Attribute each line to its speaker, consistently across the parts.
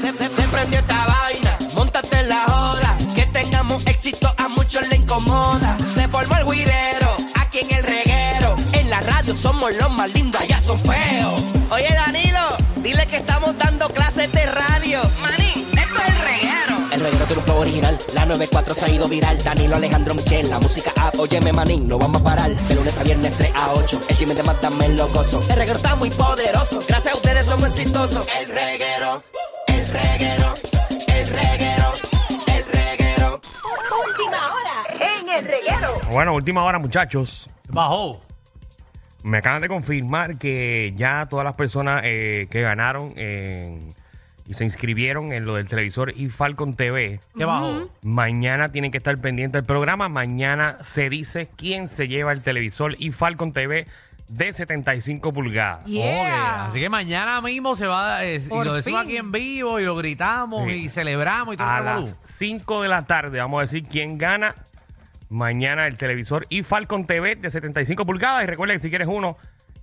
Speaker 1: se, se, se prendió esta vaina, montate en la joda. Que tengamos éxito a muchos le incomoda. Se formó el guidero, aquí en el reguero. En la radio somos los más lindos, allá son feos. Oye Danilo, dile que estamos dando clases de radio. Manín, esto es el reguero. El reguero tiene un flow original, la 94 se ha ido viral. Danilo Alejandro Michel, la música app. Óyeme manín, no vamos a parar. De lunes a viernes 3 a 8, el chisme de Mátame lo gozo. El reguero está muy poderoso, gracias a ustedes somos exitosos. El reguero, el reguero, el reguero, el reguero.
Speaker 2: Última hora. En el reguero.
Speaker 3: Bueno, última hora, muchachos.
Speaker 4: Bajó.
Speaker 3: Me acaban de confirmar que ya todas las personas eh, que ganaron en- y se inscribieron en lo del televisor y Falcon TV,
Speaker 4: ¿Qué bajó?
Speaker 3: mañana tienen que estar pendientes del programa. Mañana se dice quién se lleva el televisor y Falcon TV de 75 pulgadas.
Speaker 5: Yeah.
Speaker 4: Ok, Así que mañana mismo se va eh, y
Speaker 5: Por
Speaker 4: lo decimos
Speaker 5: fin.
Speaker 4: aquí en vivo y lo gritamos
Speaker 3: Sí.
Speaker 4: y celebramos y todo
Speaker 3: A
Speaker 4: el revolú.
Speaker 3: las 5 de la tarde vamos a decir quién gana mañana el televisor y Falcon TV de 75 pulgadas. Y recuerda que si quieres uno,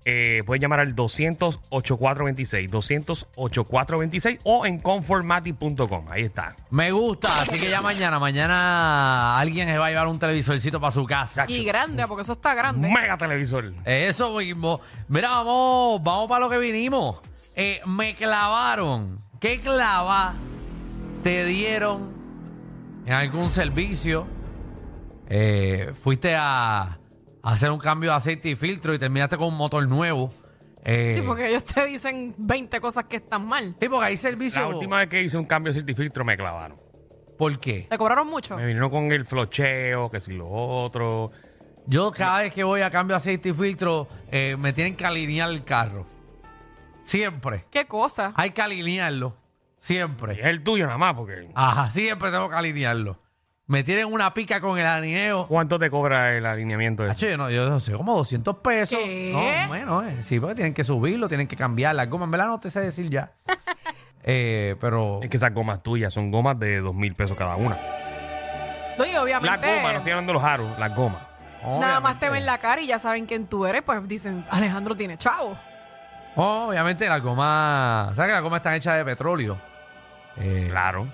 Speaker 3: eh, puedes llamar al 200-8426, 200-8426 o en conformati.com. Ahí está.
Speaker 4: Me gusta, así que ya mañana, mañana alguien se va a llevar un televisorcito para su casa.
Speaker 5: Y grande, porque eso está grande.
Speaker 3: Mega televisor.
Speaker 4: Eso mismo. Mira, vamos, vamos para lo que vinimos. Eh, me clavaron. ¿Qué clava te dieron en algún servicio? Eh, fuiste a, a hacer un cambio de aceite y filtro y terminaste con un motor nuevo. Eh,
Speaker 5: Sí, porque ellos te dicen 20 cosas que están mal.
Speaker 4: sí, porque hay
Speaker 3: La
Speaker 4: servicios.
Speaker 3: última vez que hice un cambio de certifiltro me clavaron.
Speaker 4: ¿Por qué?
Speaker 5: ¿Te cobraron mucho?
Speaker 3: Me vino con el flocheo, que si lo otro.
Speaker 4: Yo cada vez que voy a cambio de aceite y filtro, eh, me tienen que alinear el carro. Siempre.
Speaker 5: ¿Qué cosa?
Speaker 4: Hay que alinearlo. Siempre.
Speaker 3: Y es el tuyo nada más, porque.
Speaker 4: Ajá, siempre tengo que alinearlo. Me tienen una pica con el alineo.
Speaker 3: ¿Cuánto te cobra el alineamiento?
Speaker 4: Hacho,
Speaker 3: ese?
Speaker 4: yo no, yo no sé, como 200 pesos.
Speaker 5: ¿Qué?
Speaker 4: No, menos, eh. Sí, porque tienen que subirlo, tienen que cambiar las gomas. En verdad no te sé decir ya. Eh, pero...
Speaker 3: Es que esas gomas tuyas son gomas de dos mil pesos cada una.
Speaker 5: No, y
Speaker 3: Las
Speaker 5: obviamente.
Speaker 3: gomas, no estoy hablando de los aros, las gomas.
Speaker 5: Nada más
Speaker 4: obviamente-
Speaker 5: te ven la cara y ya saben quién tú eres, pues dicen, Alejandro tiene chavo.
Speaker 4: oh, Obviamente las gomas... ¿Sabes que las gomas están hechas de petróleo? Eh,
Speaker 3: Claro.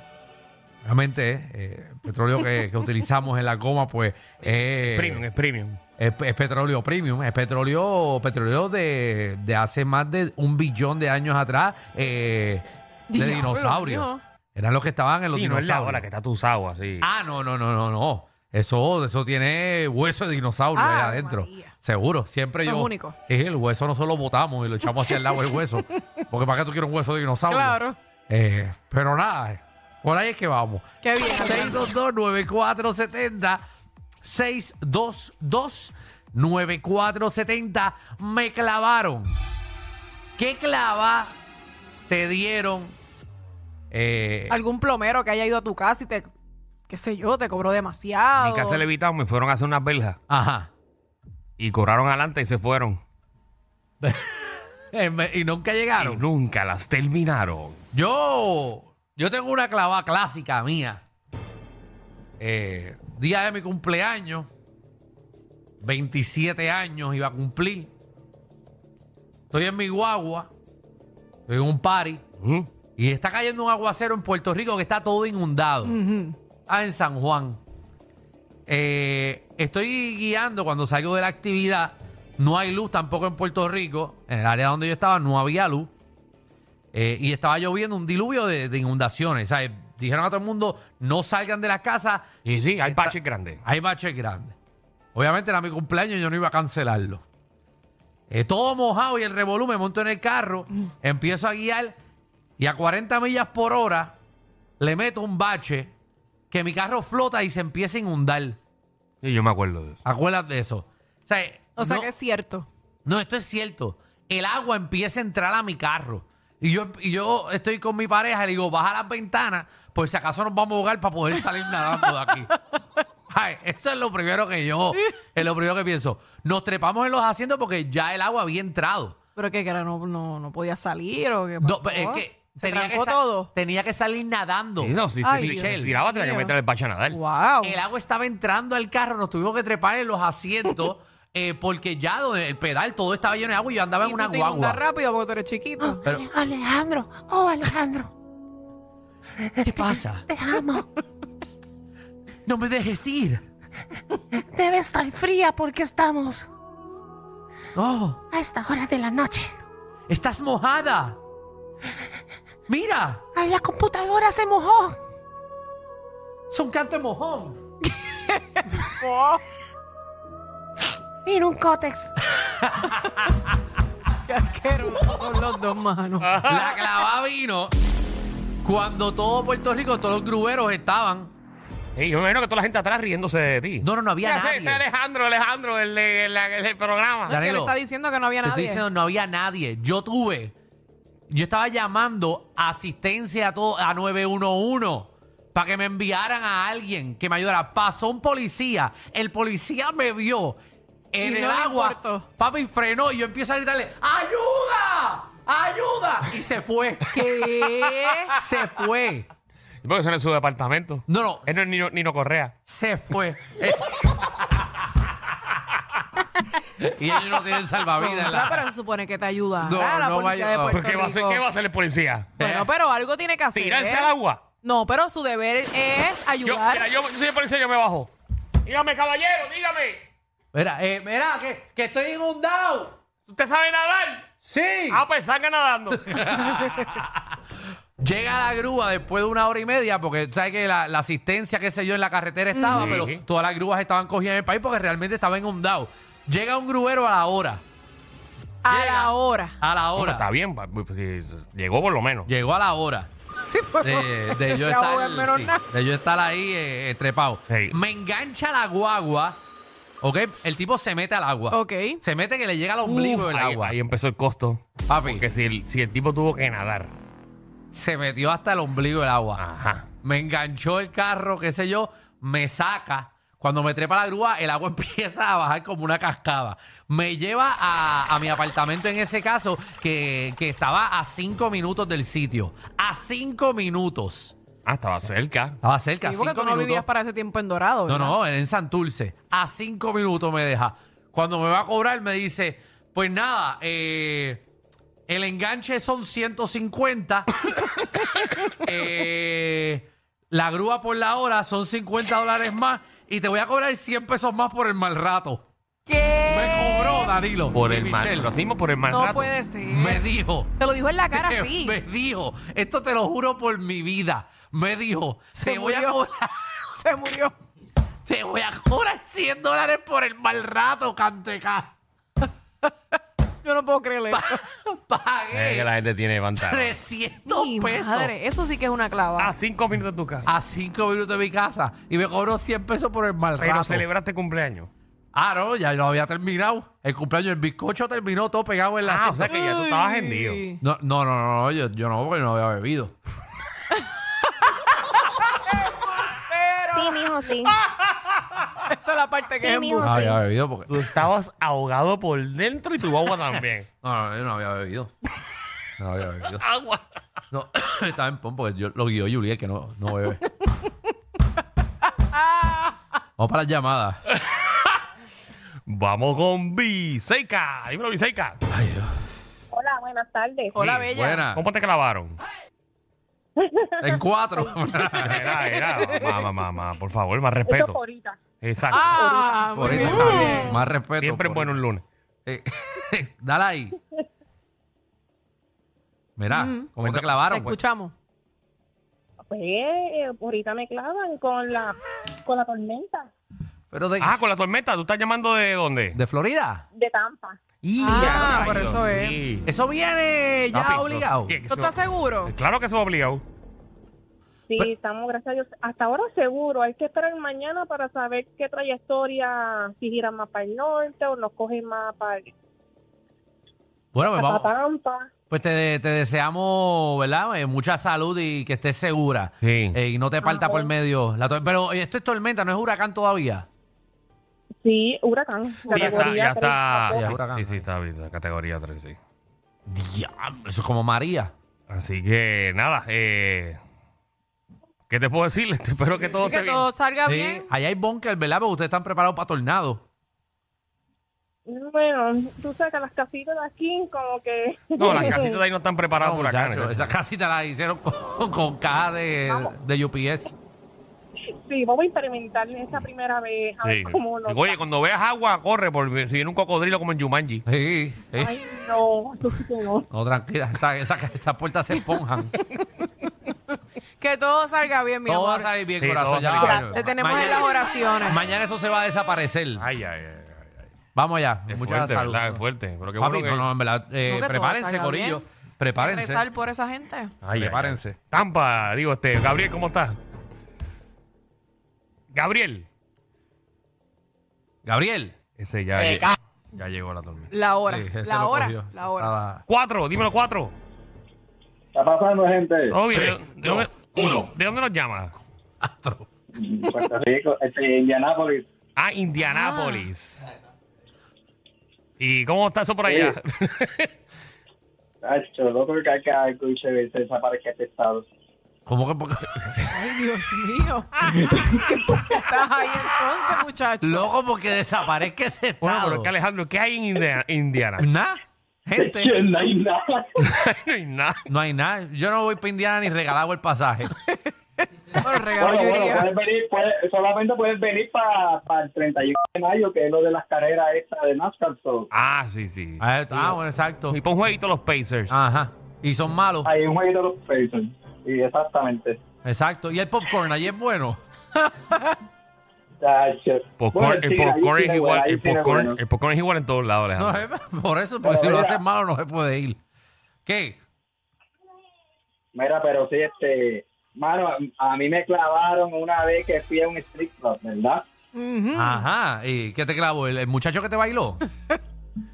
Speaker 4: Obviamente, eh, el petróleo que, que utilizamos en la goma, pues... eh,
Speaker 3: premium, es premium.
Speaker 4: Es, es petróleo premium, es petróleo, petróleo de, de hace más de un billón de años atrás, eh, de
Speaker 5: Diablo,
Speaker 4: dinosaurios.
Speaker 5: mío.
Speaker 4: Eran los que estaban en los
Speaker 3: Sí, no es la
Speaker 4: dinosaurios.
Speaker 3: hora que está tu agua, sí.
Speaker 4: Ah, no, no, no, no, no. Eso, eso tiene hueso de dinosaurio ahí
Speaker 5: Ave
Speaker 4: adentro.
Speaker 5: María.
Speaker 4: Seguro, siempre
Speaker 5: Eso es
Speaker 4: yo.
Speaker 5: único.
Speaker 4: Eh, el hueso nosotros lo botamos y lo echamos hacia el lado el hueso. Porque para qué tú quieres un hueso de dinosaurio.
Speaker 5: Claro.
Speaker 4: Eh, pero nada, eh, por ahí es que vamos.
Speaker 5: Qué bien.
Speaker 4: 622-9470. 622-9470. Me clavaron. ¿Qué clava te dieron? Eh,
Speaker 5: Algún plomero que haya ido a tu casa y te, qué sé yo, te cobró demasiado.
Speaker 3: Mi casa le evitaron, me fueron a hacer unas belgas
Speaker 4: ajá.
Speaker 3: y cobraron adelante y se fueron.
Speaker 4: Eh, me- y nunca
Speaker 3: Y
Speaker 4: llegaron.
Speaker 3: nunca las terminaron.
Speaker 4: Yo, yo tengo una clava clásica mía. Eh, día de mi cumpleaños, 27 años iba a cumplir. Estoy en mi guagua, estoy en un party,
Speaker 3: Ujú.
Speaker 4: y está cayendo un aguacero en Puerto Rico que está todo inundado. Ah, en San Juan. Eh, estoy guiando cuando salgo de la actividad. No hay luz tampoco en Puerto Rico. En el área donde yo estaba no había luz. Eh, y estaba lloviendo un diluvio de, de inundaciones. ¿sabes? Dijeron a todo el mundo, no salgan de las casas.
Speaker 3: Y sí, hay
Speaker 4: Está-
Speaker 3: parches grandes.
Speaker 4: Hay baches grandes. Obviamente era mi cumpleaños, yo no iba a cancelarlo. Eh, todo mojado y el revolú, me monto en el carro, empiezo a guiar y a 40 millas por hora le meto un bache que mi carro flota y se empieza a inundar.
Speaker 3: Sí, yo me acuerdo de eso.
Speaker 4: Acuérdate de eso. O sea,
Speaker 5: O sea
Speaker 4: no-
Speaker 5: que es cierto.
Speaker 4: no, esto es cierto. El agua empieza a entrar a mi carro. Y yo, y yo estoy con mi pareja y le digo, baja las ventanas, por si acaso nos vamos a ahogar para poder salir nadando de aquí. Ay, eso es lo primero que yo, es lo primero que pienso. Nos trepamos en los asientos porque ya el agua había entrado.
Speaker 5: Pero que que era, no, no, no podía salir o qué
Speaker 4: No,
Speaker 5: pasó.
Speaker 4: pero es que,
Speaker 5: Se
Speaker 4: tenía que,
Speaker 5: trancó
Speaker 4: sa-
Speaker 5: todo.
Speaker 4: tenía que salir nadando.
Speaker 3: Sí, no, sí,
Speaker 5: Ay,
Speaker 3: sí, sí,
Speaker 5: Dios
Speaker 3: sí, tiraba, tenía que
Speaker 5: mío.
Speaker 3: meter el bache a nadar.
Speaker 5: Wow.
Speaker 4: El agua estaba entrando al carro, nos tuvimos que trepar en los asientos eh, porque ya donde el pedal todo estaba lleno de agua y yo andaba
Speaker 5: Y
Speaker 4: en
Speaker 5: tú
Speaker 4: una Ah,
Speaker 5: te inundas
Speaker 4: guagua.
Speaker 5: rápido porque tú eres chiquito.
Speaker 4: Pero-
Speaker 6: Alejandro, oh Alejandro.
Speaker 4: ¿Qué pasa?
Speaker 6: Te amo.
Speaker 4: No me dejes ir.
Speaker 6: Debe estar fría porque estamos
Speaker 4: Oh,
Speaker 6: a esta hora de la noche.
Speaker 4: estás mojada. Mira,
Speaker 6: ¡Ay, la computadora se mojó!
Speaker 4: son canto de mojón.
Speaker 6: ¡Mira un cótex!
Speaker 5: Con los dos manos.
Speaker 4: La clava vino cuando todo Puerto Rico, todos los gruberos estaban.
Speaker 3: Ey, yo me imagino que toda la gente atrás riéndose de ti.
Speaker 4: No, no, no había
Speaker 3: Mira, ese-
Speaker 4: nadie.
Speaker 3: ese Alejandro, Alejandro, el, de- el- el- el programa.
Speaker 5: ¿Qué le
Speaker 4: Danilo,
Speaker 5: está diciendo que no había
Speaker 4: Te estoy
Speaker 5: nadie?
Speaker 4: diciendo, no había nadie. Yo tuve. Yo estaba llamando asistencia a, todo, a 911 para que me enviaran a alguien que me ayudara. Pasó un policía. El policía me vio en
Speaker 5: Y
Speaker 4: el
Speaker 5: no le
Speaker 4: agua.
Speaker 5: importó.
Speaker 4: Papi frenó y yo empiezo a gritarle: ¡Ayuda! ¡Ayuda! Y se fue.
Speaker 5: ¿Qué?
Speaker 4: Se fue.
Speaker 3: Porque eso no es su departamento.
Speaker 4: No, no.
Speaker 3: Él no es Nino, Nino Correa.
Speaker 4: Se fue. Eh. y ellos no tienen salvavidas. en
Speaker 5: Contra,
Speaker 4: la-
Speaker 5: pero se supone que te ayuda
Speaker 4: No,
Speaker 5: la
Speaker 4: no va a
Speaker 5: policía de
Speaker 4: ayudar.
Speaker 5: Puerto
Speaker 3: ¿Pero qué va, a hacer,
Speaker 5: Rico.
Speaker 3: qué va a hacer el policía?
Speaker 5: Bueno, pero algo tiene que hacer. ¿eh?
Speaker 3: ¿Tirarse al agua?
Speaker 5: No, pero su deber es
Speaker 3: Yo,
Speaker 5: ayudar.
Speaker 3: mira, yo, yo soy el policía, yo me bajo. Dígame, caballero, dígame.
Speaker 4: Mira, eh, mira, que, que estoy inundado.
Speaker 3: ¿Usted sabe nadar?
Speaker 4: Sí.
Speaker 3: Ah, pues salga nadando.
Speaker 4: Llega la grúa después de una hora y media, porque tú sabes que la, la asistencia, qué sé yo, en la carretera estaba,
Speaker 3: Ujú. Sí.
Speaker 4: pero todas las grúas estaban cogidas en el país porque realmente estaba inundado. Llega un gruero a la hora.
Speaker 5: a
Speaker 4: llega.
Speaker 5: la hora.
Speaker 4: A la
Speaker 3: Bueno,
Speaker 4: hora.
Speaker 3: está bien, pa- pues, si- si- llegó por lo menos.
Speaker 4: Llegó a la hora.
Speaker 5: Sí, pues,
Speaker 4: De, Eh, de
Speaker 5: que
Speaker 4: yo,
Speaker 5: se ahogue
Speaker 4: estar,
Speaker 5: en menos
Speaker 4: sí,
Speaker 5: nada.
Speaker 4: de yo estar ahí eh, eh, trepado.
Speaker 3: Sí.
Speaker 4: Me engancha la guagua. ¿Ok? El tipo se mete al agua.
Speaker 5: Ok.
Speaker 4: Se mete que le llega al ombligo
Speaker 3: Uf,
Speaker 4: del
Speaker 3: ahí,
Speaker 4: agua.
Speaker 3: ahí empezó el costo.
Speaker 4: Papi,
Speaker 3: Porque si el, si el tipo tuvo que nadar.
Speaker 4: se metió hasta el ombligo del agua.
Speaker 3: Ajá.
Speaker 4: me enganchó el carro, qué sé yo, me saca. Cuando me trepa la grúa, el agua empieza a bajar como una cascada. Me lleva a, a mi apartamento en ese caso, que, que estaba a cinco minutos del sitio. A cinco minutos.
Speaker 3: Ah, estaba cerca.
Speaker 4: Estaba cerca,
Speaker 5: Sí,
Speaker 4: cinco
Speaker 5: porque tú no
Speaker 4: minutos.
Speaker 5: vivías para ese tiempo en Dorado.
Speaker 4: No,
Speaker 5: ¿verdad?
Speaker 4: no, era en Santurce. A cinco minutos me deja. Cuando me va a cobrar, me dice: Pues nada, eh, el enganche son 150. eh, la grúa por la hora son 50 dólares más. Y te voy a cobrar 100 pesos más por el mal rato.
Speaker 5: ¿Qué?
Speaker 4: Me cobró, Danilo.
Speaker 3: Por
Speaker 4: y
Speaker 3: el mar.
Speaker 4: Michelle.
Speaker 3: Lo hacemos por el mar.
Speaker 5: No
Speaker 3: rato.
Speaker 5: puede ser.
Speaker 4: Me dijo.
Speaker 5: Te lo dijo en la cara, sí.
Speaker 4: Me dijo. Esto te lo juro por mi vida. Me dijo.
Speaker 5: Se
Speaker 4: te voy a
Speaker 5: murió.
Speaker 4: cobrar.
Speaker 5: Se murió.
Speaker 4: Te voy a cobrar 100 dólares por el mal rato, canteca.
Speaker 5: Yo no puedo creerle. esto.
Speaker 3: Es que
Speaker 4: Pagué
Speaker 3: la gente tiene pantalla.
Speaker 4: 300
Speaker 5: Mi
Speaker 4: pesos
Speaker 5: madre, eso sí que es una clava.
Speaker 3: A cinco minutos de tu casa.
Speaker 4: a 5 minutos de mi casa y me cobró 100 pesos por el mal
Speaker 3: Pero
Speaker 4: rato.
Speaker 3: celebraste cumpleaños.
Speaker 4: Ah, no, ya lo había terminado. El cumpleaños, el bizcocho terminó todo pegado en la
Speaker 3: Ah, o
Speaker 4: cinta.
Speaker 3: sea que ya tú estabas
Speaker 5: Ay.
Speaker 3: hendido.
Speaker 4: No, no, no, no, no, yo, yo no, porque no había bebido.
Speaker 6: Sí, mijo, sí.
Speaker 5: Esa es la parte que es
Speaker 6: Sí, mijo,
Speaker 5: embuste.
Speaker 4: No
Speaker 6: sí.
Speaker 4: había bebido porque.
Speaker 3: Tú estabas ahogado por dentro y tu agua también.
Speaker 4: No, no, yo no había bebido. No había bebido.
Speaker 3: agua.
Speaker 4: No, estaba en pon porque yo, lo guió Juliet, que no, no bebe. Vamos para las llamadas.
Speaker 3: Vamos con Biseca. Dímelo, Biseca.
Speaker 4: Ay, Dios.
Speaker 7: Hola, Ah, buenas tardes.
Speaker 5: Hola,
Speaker 3: Sí,
Speaker 5: bella.
Speaker 4: buena.
Speaker 3: ¿Cómo te clavaron?
Speaker 4: Ah. En cuatro.
Speaker 3: Era, era. Mamá, mamá, por favor, más
Speaker 7: Esto
Speaker 3: respeto.
Speaker 7: por ahorita.
Speaker 3: Exacto.
Speaker 5: Ah, muy
Speaker 4: Por
Speaker 5: bien.
Speaker 4: eso, más, más respeto.
Speaker 3: Siempre es
Speaker 4: por-
Speaker 3: bueno un lunes.
Speaker 4: Eh, dale ahí. Mirá, ¿cómo te
Speaker 5: Mm. Te
Speaker 4: clavaron? pues?
Speaker 5: escuchamos.
Speaker 7: Pues eh, ahorita me clavan con la con la tormenta
Speaker 4: Pero de,
Speaker 3: Ah, con la tormenta, ¿tú estás llamando de dónde?
Speaker 4: de Florida.
Speaker 7: de Tampa.
Speaker 5: Ah, por eso es.
Speaker 3: Sí.
Speaker 4: Eso viene ya
Speaker 3: Papi, eso-
Speaker 4: obligado.
Speaker 3: sí, eso-
Speaker 5: ¿Tú estás seguro?
Speaker 3: Claro que eso es obligado.
Speaker 7: Sí,
Speaker 3: Pues-
Speaker 4: Pero-
Speaker 7: estamos, gracias a Dios. Hasta ahora seguro. Hay que esperar mañana para saber qué trayectoria, si giran más para el norte o nos cogen más para,
Speaker 3: Pues
Speaker 4: Bueno, pues,
Speaker 7: para
Speaker 4: vamos,
Speaker 7: Tampa.
Speaker 4: pues te, te deseamos, ¿verdad? Eh, mucha salud y que estés segura.
Speaker 3: Sí.
Speaker 4: Eh, y no te parta por
Speaker 7: Amén.
Speaker 4: medio. la tor- pero oye, esto es tormenta, no es huracán todavía.
Speaker 7: Sí, huracán.
Speaker 3: ya está,
Speaker 7: categoría
Speaker 3: ya
Speaker 7: tres,
Speaker 3: está.
Speaker 7: tampoco.
Speaker 4: Ya, huracán. eh.
Speaker 3: sí, sí, está bien, la categoría 3, sí.
Speaker 4: Diablo, eso es como María.
Speaker 3: Así que, nada, eh, ¿qué te puedo decir? Te espero que todo
Speaker 5: Que
Speaker 3: esté bien.
Speaker 4: Eh,
Speaker 5: todo salga
Speaker 4: Sí,
Speaker 5: bien.
Speaker 4: Allá hay bunker, ¿verdad? Porque ustedes están preparados para tornado.
Speaker 7: Bueno, tú sabes que las casitas de aquí como que...
Speaker 3: No, las casitas de ahí no están preparadas
Speaker 4: No,
Speaker 3: por acá.
Speaker 4: muchacho, Esa casita la hicieron con, con caja de,
Speaker 7: Vamos.
Speaker 4: de UPS.
Speaker 7: Sí, vamos a experimentar esa primera vez. A ver
Speaker 3: Sí.
Speaker 7: cómo nos
Speaker 3: Oye,
Speaker 7: va.
Speaker 3: cuando veas agua, corre, por si viene un cocodrilo como en Jumanji.
Speaker 4: Sí, sí.
Speaker 7: Ay, no, eso sí que no.
Speaker 4: No, tranquila, esa- esa- esas puertas se esponjan.
Speaker 5: Que todo salga bien, mi
Speaker 4: todo va a
Speaker 5: amor.
Speaker 4: salir bien,
Speaker 3: Sí,
Speaker 4: corazón.
Speaker 3: todo
Speaker 4: ya
Speaker 3: va a salir
Speaker 4: lo-
Speaker 3: bien.
Speaker 5: Te tenemos en las
Speaker 4: mañana,
Speaker 5: oraciones.
Speaker 4: mañana eso se va a desaparecer.
Speaker 3: Ay, ay, ay. ay.
Speaker 4: Vamos allá.
Speaker 3: Es
Speaker 4: Mucha
Speaker 3: fuerte,
Speaker 4: salud.
Speaker 3: ¿verdad? Es fuerte. Pero qué
Speaker 4: Papi,
Speaker 3: bueno que-
Speaker 4: no, no, en verdad. eh,
Speaker 5: No, que todo
Speaker 4: prepárense,
Speaker 5: salga
Speaker 4: Corillo.
Speaker 5: bien.
Speaker 4: Prepárense.
Speaker 5: Rezar por esa gente.
Speaker 3: Ay, ay,
Speaker 4: Prepárense.
Speaker 3: ay. Tampa, digo, este, Gabriel, ¿cómo estás? Gabriel.
Speaker 4: Gabriel.
Speaker 3: Ese ya, lle- ya llegó la tormenta.
Speaker 5: La hora,
Speaker 4: Sí, ese
Speaker 5: la
Speaker 4: lo
Speaker 5: hora,
Speaker 4: cogió. Ah.
Speaker 5: la hora.
Speaker 4: Estaba-
Speaker 3: Cuatro, dímelo cuatro.
Speaker 8: está pasando, gente?
Speaker 3: Todo bien. ¿De, de dónde, ¿De dónde nos llamas?
Speaker 4: Astro.
Speaker 8: Puerto Rico, este, Indianápolis.
Speaker 3: Ah, Indianápolis. ¿Y cómo está eso por allá?
Speaker 8: Hacho, loco que hay que escuchar esa que atestados.
Speaker 4: ¿Cómo que? por qué?
Speaker 5: Ay, Dios mío. Estás ahí entonces, muchacho.
Speaker 4: Loco, porque desaparezca ese
Speaker 3: bueno, pero
Speaker 4: estado.
Speaker 3: es que Alejandro, ¿qué hay en India- Indiana?
Speaker 4: Nada. Gente.
Speaker 8: No hay nada.
Speaker 3: no hay nada.
Speaker 4: No hay nada. Yo no voy para Indiana ni regalado el pasaje.
Speaker 5: Bueno, regalo
Speaker 8: Bueno,
Speaker 5: yo
Speaker 8: bueno,
Speaker 5: iría.
Speaker 8: puedes venir, puedes- solamente puedes venir para el 31 de mayo, que es lo de las carreras esta de NASCAR. so.
Speaker 3: Ah, sí, sí.
Speaker 4: Ah, ah, bueno, exacto.
Speaker 3: Y pon jueguito los Pacers.
Speaker 8: Ah,
Speaker 4: Ajá. Y son malos.
Speaker 8: Hay un jueguito de los Pacers. Y exactamente.
Speaker 4: Exacto. Y el popcorn allí es bueno.
Speaker 8: Hacho.
Speaker 3: Popcorn-
Speaker 8: Bueno,
Speaker 3: el
Speaker 8: sí, ahí
Speaker 3: popcorn
Speaker 8: sí
Speaker 3: es
Speaker 8: era
Speaker 3: igual,
Speaker 8: bueno,
Speaker 3: el
Speaker 8: ahí sí era
Speaker 3: popcorn-
Speaker 8: bueno.
Speaker 3: el popcorn es igual en todos lados,
Speaker 4: No,
Speaker 3: Alejandlo.
Speaker 4: es por eso, porque si
Speaker 8: Pero
Speaker 4: lo
Speaker 8: mira.
Speaker 4: hacen malo no se puede ir. ¿Qué?
Speaker 8: Mira, pero sí, este. Mano, a, a mí me clavaron una vez que fui a un street club, ¿verdad?
Speaker 5: Ujú.
Speaker 4: Ah. Ajá. ¿Y qué te clavó? ¿El, el muchacho que te bailó?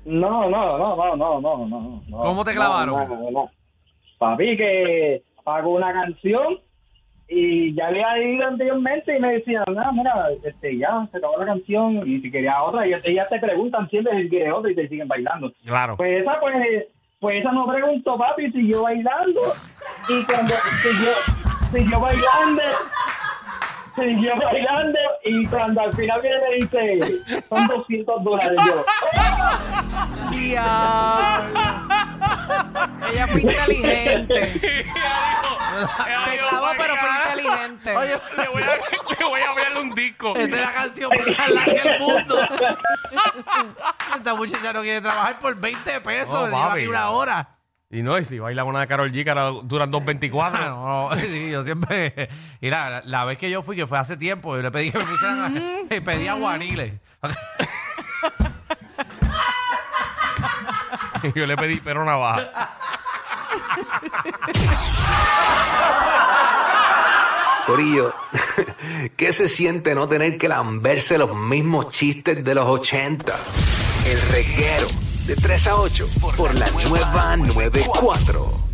Speaker 8: No, no, no, no, no, no, no. no.
Speaker 4: ¿Cómo te clavaron?
Speaker 8: No, no, no. Papi, que pagó una canción y ya había ido anteriormente y me decían, no, mira, este, ya se acabó la canción y si quería otra, y ellas te preguntan siempre si quieres otra y te siguen bailando.
Speaker 3: Claro.
Speaker 8: Pues esa, pues, pues esa no preguntó, papi, siguió bailando y cuando siguió, siguió bailando. Siguió bailando y cuando al final viene y me dice, son 200 dólares yo.
Speaker 5: Diablo. Ella fue inteligente. Te
Speaker 3: oh
Speaker 5: clavó, pero fue inteligente.
Speaker 4: Oye,
Speaker 3: Le voy a- le voy a enviarle un disco.
Speaker 8: Este
Speaker 4: esta es la canción más larga del mundo. Esta muchacha no quiere trabajar por 20 pesos.
Speaker 3: No,
Speaker 4: lleva
Speaker 3: papi.
Speaker 4: aquí una hora.
Speaker 3: Y no, y si baila una de Carol G, que ahora duran
Speaker 4: Ah,
Speaker 3: 2.24.
Speaker 4: no, no, sí, yo siempre. Mira, la, la vez que yo fui, que fue hace tiempo, yo le pedí que me pusieran. le pedí aguaniles.
Speaker 3: Yo le pedí pero navaja.
Speaker 9: Corillo, ¿qué se siente no tener que lamberse los mismos chistes de los 80? El reguero de 3 a 8 por la nueva 94.